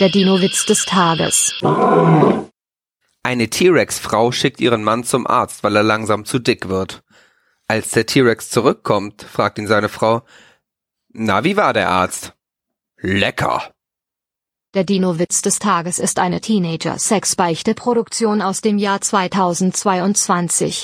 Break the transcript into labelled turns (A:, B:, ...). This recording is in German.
A: Der Dino-Witz des Tages.
B: Eine T-Rex-Frau schickt ihren Mann zum Arzt, weil er langsam zu dick wird. Als der T-Rex zurückkommt, fragt ihn seine Frau, na, wie war der Arzt? Lecker.
A: Der Dino-Witz des Tages ist eine Teenager-Sex-Beichte-Produktion aus dem Jahr 2022.